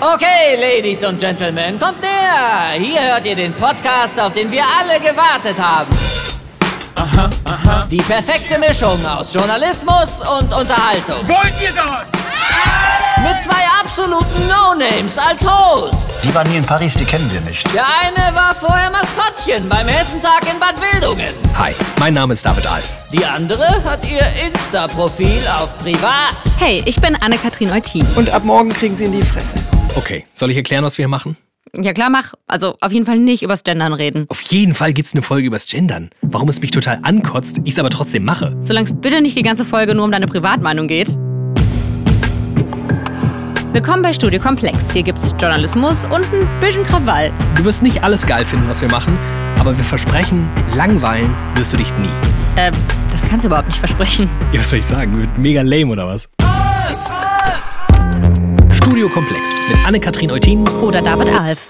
Okay, Ladies und Gentlemen, kommt näher. Hier hört ihr den Podcast, auf den wir alle gewartet haben. Die perfekte Mischung aus Journalismus und Unterhaltung. Wollt ihr das? Mit zwei absoluten No-Names als Host. Die waren nie in Paris, die kennen wir nicht. Der eine war vorher Maskottchen beim Hessentag in Bad Wildungen. Hi, mein Name ist David Alf. Die andere hat ihr Insta-Profil auf privat. Hey, ich bin Anne-Kathrin Eutin. Und ab morgen kriegen sie in die Fresse. Okay, soll ich erklären, was wir hier machen? Ja klar, mach. Also auf jeden Fall nicht übers Gendern reden. Auf jeden Fall gibt's eine Folge übers Gendern. Warum es mich total ankotzt, ich's aber trotzdem mache. Solange es bitte nicht die ganze Folge nur um deine Privatmeinung geht. Willkommen bei Studio Komplex. Hier gibt's Journalismus und ein bisschen Krawall. Du wirst nicht alles geil finden, was wir machen, aber wir versprechen, langweilen wirst du dich nie. Äh, das kannst du überhaupt nicht versprechen. Ja, was soll ich sagen? Wird mega lame oder was? Studio Komplex mit Anne-Kathrin Eutin Oder David Alf.